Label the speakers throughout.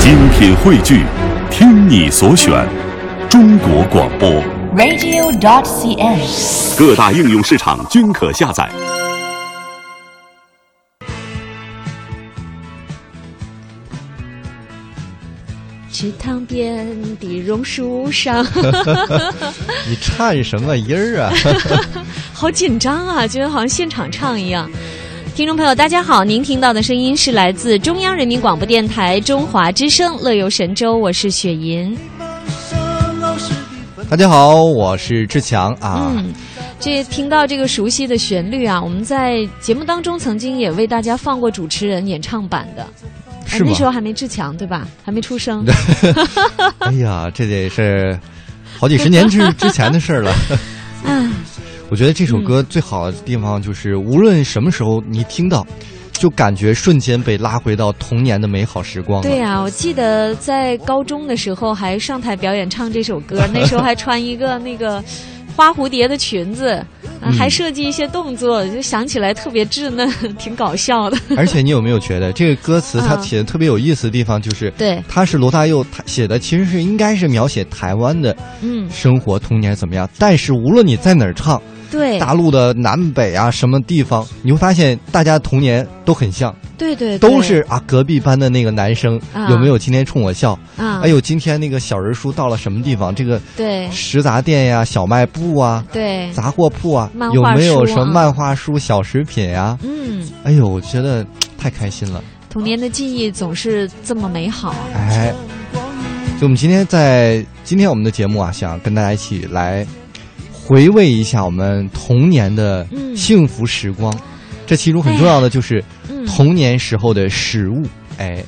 Speaker 1: 精品汇聚，听你所选，中国广播。
Speaker 2: radio.cn
Speaker 1: 各大应用市场均可下载。
Speaker 3: 池塘边的榕树上，
Speaker 4: 你颤什么音儿啊？
Speaker 3: 好紧张啊，觉得好像现场唱一样。听众朋友，大家好，您听到的声音是来自中央人民广播电台中华之声《乐游神州》，我是雪莹。
Speaker 4: 大家好，我是志强啊。
Speaker 3: 嗯，这听到这个熟悉的旋律啊，我们在节目当中曾经也为大家放过主持人演唱版的，
Speaker 4: 是
Speaker 3: 哎
Speaker 4: 吗
Speaker 3: 那时候还没志强对吧？还没出 生。
Speaker 4: 哎呀，这得是好几十年之之前的 事儿了。
Speaker 3: 啊，
Speaker 4: 我觉得这首歌最好的地方就是，无论什么时候你听到，就感觉瞬间被拉回到童年的美好时光了。
Speaker 3: 对呀、我记得在高中的时候还上台表演唱这首歌， 那时候还穿一个那个花蝴蝶的裙子，啊、还设计一些动作，就想起来特别稚嫩， 挺搞笑的。
Speaker 4: 而且你有没有觉得这个歌词它
Speaker 3: 嗯
Speaker 4: 写的特别有意思的地方就是，
Speaker 3: 对
Speaker 4: 它是罗大佑他写的，其实是应该是描写台湾的
Speaker 3: 嗯，
Speaker 4: 生活童年怎么样，但是无论你在哪儿唱。
Speaker 3: 对，
Speaker 4: 大陆的南北啊，什么地方，你会发现大家童年都很像，
Speaker 3: 对对，对
Speaker 4: 都是啊隔壁班的那个男生
Speaker 3: 啊
Speaker 4: 有没有今天冲我笑？
Speaker 3: 啊，
Speaker 4: 哎，呦，今天那个小人书到了什么地方？这个
Speaker 3: 对
Speaker 4: 食杂店呀、小卖部啊、
Speaker 3: 对，
Speaker 4: 杂货铺啊
Speaker 3: 哎漫，画
Speaker 4: 有没
Speaker 3: 书
Speaker 4: 有什么
Speaker 3: 啊
Speaker 4: 漫画书、小食品呀、
Speaker 3: 嗯，
Speaker 4: 哎呦，我觉得嘖太开心了，
Speaker 3: 童年的记忆总是这么美好。
Speaker 4: 哎。就我们今天在今天我们的节目啊，想跟大家一起来回味一下我们童年的
Speaker 3: 嗯
Speaker 4: 幸福时光。这其中很重要的就是
Speaker 3: 嗯，
Speaker 4: 童年时候的食物。哎，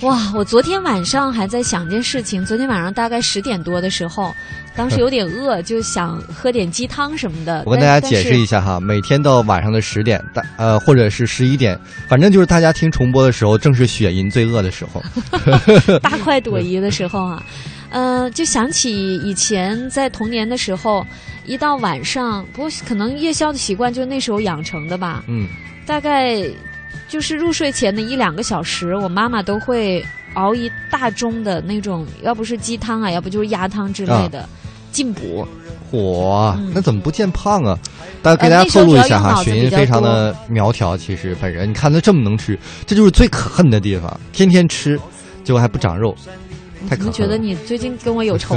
Speaker 3: 哇！我昨天晚上还在想一件事情。昨天晚上大概十点多的时候，当时有点饿，就想喝点鸡汤什么的。
Speaker 4: 嗯我跟大
Speaker 3: 但
Speaker 4: 家解释一下哈，每天到晚上的十点，大呃或者是十一点，反正就是大家听重播的时候，正是雪银最饿的时候。
Speaker 3: 但是 大快朵颐的时候啊，呃，就想起以前在童年的时候，一到晚上，不过可能夜宵的习惯就是那时候养成的吧。
Speaker 4: 嗯，
Speaker 3: 大概就是入睡前的一两个小时，我妈妈都会熬一大盅的那种，要不是鸡汤啊，要不就是鸭汤之类
Speaker 4: 啊
Speaker 3: 的。进补，
Speaker 4: 火
Speaker 3: 嗯
Speaker 4: 那怎么不见胖啊？大家给
Speaker 3: 呃
Speaker 4: 大
Speaker 3: 那
Speaker 4: 家
Speaker 3: 时候
Speaker 4: 透露一
Speaker 3: 主要
Speaker 4: 下
Speaker 3: 用脑子
Speaker 4: 哈，雪
Speaker 3: 比
Speaker 4: 银
Speaker 3: 较
Speaker 4: 非常的苗条，其实本人你看他这么能吃，这就是最可恨的地方，天天吃。结果还不长肉，太
Speaker 3: 我
Speaker 4: 可
Speaker 3: 怎么
Speaker 4: 恨了
Speaker 3: 觉得你最近跟我有 仇？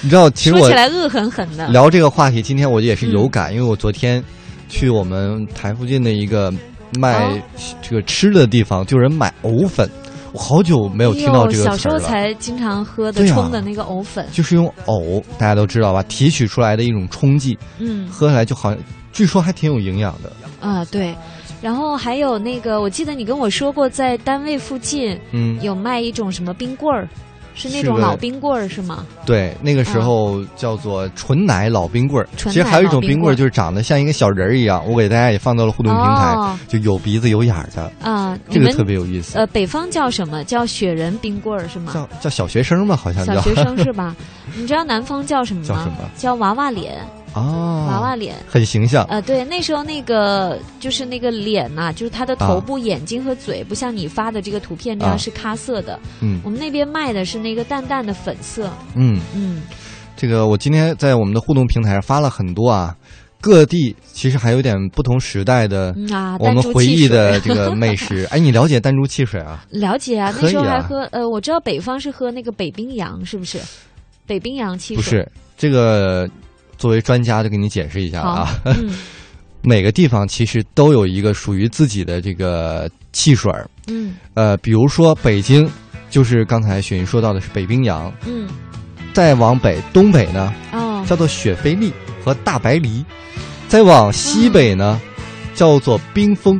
Speaker 4: 你知道，其实
Speaker 3: 说
Speaker 4: 我
Speaker 3: 起来嗯恶狠狠的。
Speaker 4: 聊这个话题，今天我也是有感，因为我昨天去我们台附近的一个卖
Speaker 3: 哦
Speaker 4: 这个吃的地方，就有人买藕粉，我好久没有听到
Speaker 3: 哎
Speaker 4: 这
Speaker 3: 呦
Speaker 4: 个
Speaker 3: 小
Speaker 4: 词
Speaker 3: 时
Speaker 4: 儿
Speaker 3: 候
Speaker 4: 了。
Speaker 3: 才经常喝的
Speaker 4: 对啊
Speaker 3: 冲的那个藕粉，
Speaker 4: 就是用藕，大家都知道吧，提取出来的一种冲剂，
Speaker 3: 嗯
Speaker 4: 喝起来就好像，据说还挺有营养的。
Speaker 3: 啊、对。然后还有那个，我记得你跟我说过，在单位附近
Speaker 4: 嗯，
Speaker 3: 有卖一种什么冰棍儿，是那
Speaker 4: 是
Speaker 3: 种
Speaker 4: 个
Speaker 3: 老冰棍儿是吗？
Speaker 4: 对，那个时候叫做纯奶老冰棍儿。
Speaker 3: 嗯纯
Speaker 4: 其实还有一
Speaker 3: 奶
Speaker 4: 种
Speaker 3: 老冰
Speaker 4: 冰
Speaker 3: 棍儿
Speaker 4: 棍儿，就是长得像一个小人儿一样，我给大家也放到了互动平台，
Speaker 3: 哦
Speaker 4: 就有鼻子有眼儿的，
Speaker 3: 啊、你
Speaker 4: 这个
Speaker 3: 们
Speaker 4: 特别有意思。
Speaker 3: 呃，北方叫什么？叫雪人冰棍儿是吗？
Speaker 4: 叫叫小学生吧，好像
Speaker 3: 呃小
Speaker 4: 叫
Speaker 3: 学 生是吧？你知道南方叫什么吗？
Speaker 4: 叫什么
Speaker 3: 叫娃娃脸，
Speaker 4: 啊，
Speaker 3: 娃娃脸。
Speaker 4: 很形象。
Speaker 3: 呃，对，那时候那个就是那个脸呐、就是他的头部、眼睛和嘴，不像你发的这个图片这样
Speaker 4: 啊
Speaker 3: 是咖色的。
Speaker 4: 嗯
Speaker 3: 我们那边卖的是那个淡淡的粉色。
Speaker 4: 嗯，
Speaker 3: 嗯，
Speaker 4: 这个我今天在我们的互动平台上发了很多啊，各地其实还有点不同时代的。
Speaker 3: 嗯啊，
Speaker 4: 我
Speaker 3: 淡
Speaker 4: 们
Speaker 3: 竹
Speaker 4: 回
Speaker 3: 汽
Speaker 4: 忆
Speaker 3: 水
Speaker 4: 的这个 美食，哎，你了解弹珠汽水啊？
Speaker 3: 了解啊，那
Speaker 4: 可
Speaker 3: 时候
Speaker 4: 以啊
Speaker 3: 还喝、呃，我知道北方是喝那个北冰洋，是不是？北冰洋汽
Speaker 4: 不
Speaker 3: 水
Speaker 4: 是，这个作为专家就给你解释一下啊，
Speaker 3: 好，嗯
Speaker 4: 每个地方其实都有一个属于自己的这个汽水儿
Speaker 3: 嗯
Speaker 4: 呃，比如说北京，就是刚才雪云说到的是北冰洋，
Speaker 3: 嗯，
Speaker 4: 再往北东北呢，
Speaker 3: 哦，
Speaker 4: 叫做雪菲力和大白梨，再往西北呢，叫做冰峰。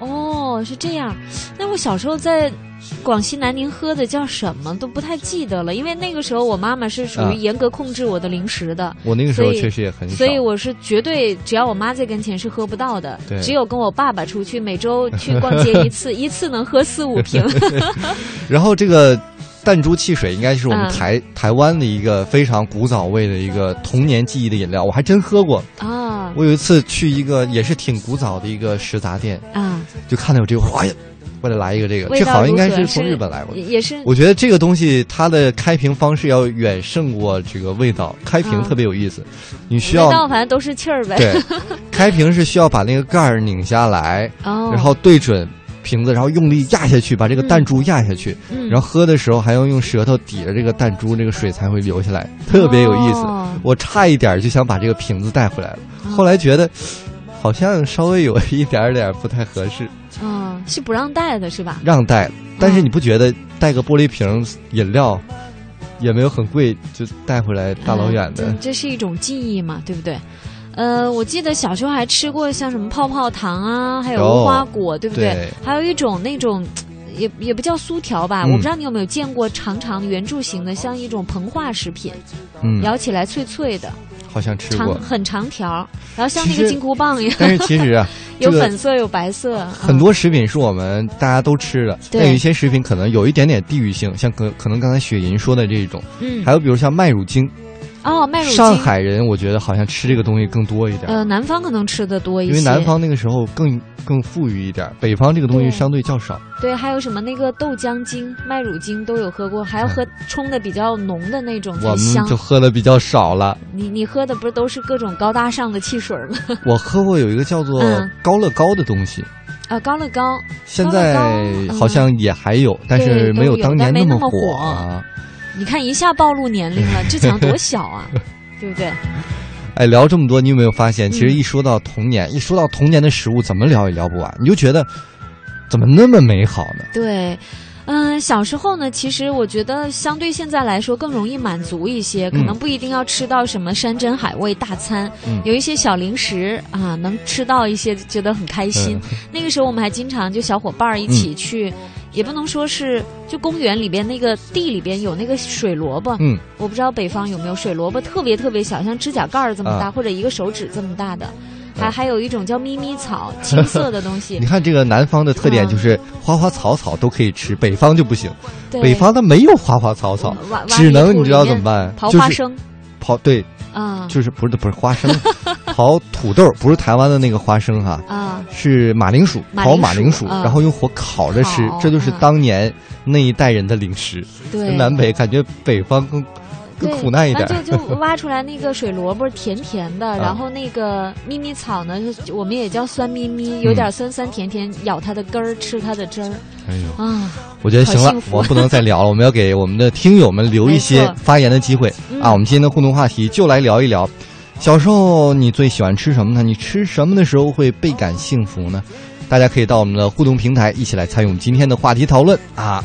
Speaker 3: 哦，是这样。那我小时候在广西南宁喝的叫什么都不太记得了，因为那个时候我妈妈是属
Speaker 4: 啊
Speaker 3: 于严格控制我的零食的，
Speaker 4: 我那个时
Speaker 3: 所
Speaker 4: 候
Speaker 3: 以
Speaker 4: 确实也很少，
Speaker 3: 所以我是绝对只要我妈在跟前是喝不到的
Speaker 4: 对，
Speaker 3: 只有跟我爸爸出去每周去逛街一 次，一次能喝四五瓶。
Speaker 4: 然后这个弹珠汽水应该是我们
Speaker 3: 嗯
Speaker 4: 台、台湾的一个非常古早味的一个童年记忆的饮料，我还真喝过。
Speaker 3: 啊
Speaker 4: 我有一次去一个也是挺古早的一个食杂店，
Speaker 3: 啊，
Speaker 4: 就看到有这个，哎呀，我过来来一个这个，
Speaker 3: 味
Speaker 4: 这
Speaker 3: 道
Speaker 4: 好像应该
Speaker 3: 如何
Speaker 4: 是从日本来过的。
Speaker 3: 也是
Speaker 4: 我觉得这个东西它的开瓶方式要远胜过这个味道，开瓶
Speaker 3: 嗯
Speaker 4: 特别有意思，你需
Speaker 3: 味道，
Speaker 4: 要
Speaker 3: 反正都是气儿呗。
Speaker 4: 对， 开瓶是需要把那个盖儿拧下来，
Speaker 3: 哦，
Speaker 4: 然后对准瓶子，然后用力压下去，把这个弹珠压下去，
Speaker 3: 嗯，
Speaker 4: 然后喝的时候还要用舌头抵着这个弹珠，这个水才会流下来，特别有意思。
Speaker 3: 哦
Speaker 4: 我差一点儿就想把这个瓶子带回来了，
Speaker 3: 嗯
Speaker 4: 后来觉得好像稍微有一点儿点儿不太合适，
Speaker 3: 嗯，是不让带的是吧？
Speaker 4: 让带了。但
Speaker 3: 嗯
Speaker 4: 是你不觉得带个玻璃瓶饮料也没有很贵，就带回来大老远的
Speaker 3: 嗯，这是一种记忆嘛，对不对？呃，我记得小时候还吃过像什么泡泡糖啊，还有
Speaker 4: 有
Speaker 3: 无花果，对不对？
Speaker 4: 对
Speaker 3: 还有一种那种。也也不叫酥条吧，
Speaker 4: 嗯
Speaker 3: 我不知道你有没有见过长长圆柱形的，像一种膨化食品，
Speaker 4: 嗯，
Speaker 3: 咬起来脆脆的，
Speaker 4: 好像吃
Speaker 3: 长
Speaker 4: 过。
Speaker 3: 很长条，然后像那
Speaker 4: 其
Speaker 3: 个
Speaker 4: 实
Speaker 3: 金箍棒一样，
Speaker 4: 但是其实啊，
Speaker 3: 有
Speaker 4: 这个
Speaker 3: 粉色有白色，
Speaker 4: 很多食品是我们大家都吃的，
Speaker 3: 对
Speaker 4: 但有一些食品可能有一点点地域性，像可可能刚才雪银说的这种，
Speaker 3: 嗯，
Speaker 4: 还有比如像麦乳精，
Speaker 3: 哦，麦乳精，
Speaker 4: 上海人我觉得好像吃这个东西更多一点，
Speaker 3: 呃，南方可能吃的多一
Speaker 4: 因
Speaker 3: 些，
Speaker 4: 为南方那个时候更更富裕一点，北方这个东西
Speaker 3: 对
Speaker 4: 相对较少。
Speaker 3: 对，还有什么那个豆浆精、麦乳精都有喝过，还要喝冲的比较浓的那种
Speaker 4: 哎
Speaker 3: 才
Speaker 4: 我们
Speaker 3: 香。
Speaker 4: 就喝的比较少了。
Speaker 3: 你你喝的不是都是各种高大上的汽水吗？
Speaker 4: 我喝过有一个叫做
Speaker 3: 嗯
Speaker 4: 高乐高的东西，
Speaker 3: 啊，高乐高，
Speaker 4: 现
Speaker 3: 高
Speaker 4: 在
Speaker 3: 乐高嗯
Speaker 4: 好像也还有，但是没有当年那么火啊。
Speaker 3: 你看一下暴露年龄了，志强多小 啊，对不对？
Speaker 4: 哎，聊这么多，你有没有发现，其实
Speaker 3: 嗯
Speaker 4: 一说到童年，一说到童年的食物，怎么聊也聊不完，你就觉得怎么那么美好呢？
Speaker 3: 对。嗯，小时候呢，其实我觉得相对现在来说更容易满足一些，可
Speaker 4: 嗯
Speaker 3: 能不一定要吃到什么山珍海味大餐，
Speaker 4: 嗯
Speaker 3: 有一些小零食啊，能吃到一些就觉得很开心。
Speaker 4: 嗯
Speaker 3: 那个时候我们还经常就小伙伴儿一起去，也不能说是就公园里边那个地里边有那个水萝卜，
Speaker 4: 嗯，
Speaker 3: 我不知道北方有没有水萝卜，特别特别小，像指甲盖儿这么大、
Speaker 4: 啊
Speaker 3: 或者一个手指这么大的，还、
Speaker 4: 嗯
Speaker 3: 还有一种叫咪咪 草，青色的东西
Speaker 4: 你。看这个南方的特点
Speaker 3: 嗯
Speaker 4: 就是花花草草都可以吃，北方就不行。
Speaker 3: 对，嗯
Speaker 4: 北方它没有花花草草，
Speaker 3: 碗碗
Speaker 4: 只
Speaker 3: 里
Speaker 4: 能
Speaker 3: 土
Speaker 4: 你知道
Speaker 3: 里
Speaker 4: 怎
Speaker 3: 面
Speaker 4: 么办？
Speaker 3: 刨
Speaker 4: 就
Speaker 3: 花
Speaker 4: 是
Speaker 3: 生
Speaker 4: 刨对，
Speaker 3: 啊
Speaker 4: 就是不是不是花生，刨土豆，不是台湾的那个花生哈。
Speaker 3: 啊，
Speaker 4: 是马铃薯，
Speaker 3: 马铃
Speaker 4: 刨马
Speaker 3: 薯
Speaker 4: 铃薯，
Speaker 3: 嗯
Speaker 4: 然后用火烤着吃
Speaker 3: 烤，
Speaker 4: 这就是
Speaker 3: 嗯
Speaker 4: 当年那一代人的零食。
Speaker 3: 对，
Speaker 4: 南北感觉北方更更
Speaker 3: 对
Speaker 4: 苦难一点。啊
Speaker 3: 那就就 挖出来那个水萝卜甜甜的，然后那个咪咪草呢，就我们也叫酸咪咪，有
Speaker 4: 嗯
Speaker 3: 点酸酸甜甜，咬它的根儿，吃它的汁儿
Speaker 4: 哎呦，
Speaker 3: 啊。
Speaker 4: 我觉得行
Speaker 3: 好
Speaker 4: 了
Speaker 3: 幸，福
Speaker 4: 我不能再聊了，我们要给我们的听友们留一
Speaker 3: 没
Speaker 4: 些
Speaker 3: 错
Speaker 4: 发言的机会
Speaker 3: 嗯
Speaker 4: 啊！我们今天的互动话题就来聊一聊，小时候你最喜欢吃什么呢？你吃什么的时候会倍感幸福呢？大家可以到我们的互动平台一起来参与我们今天的话题讨论啊！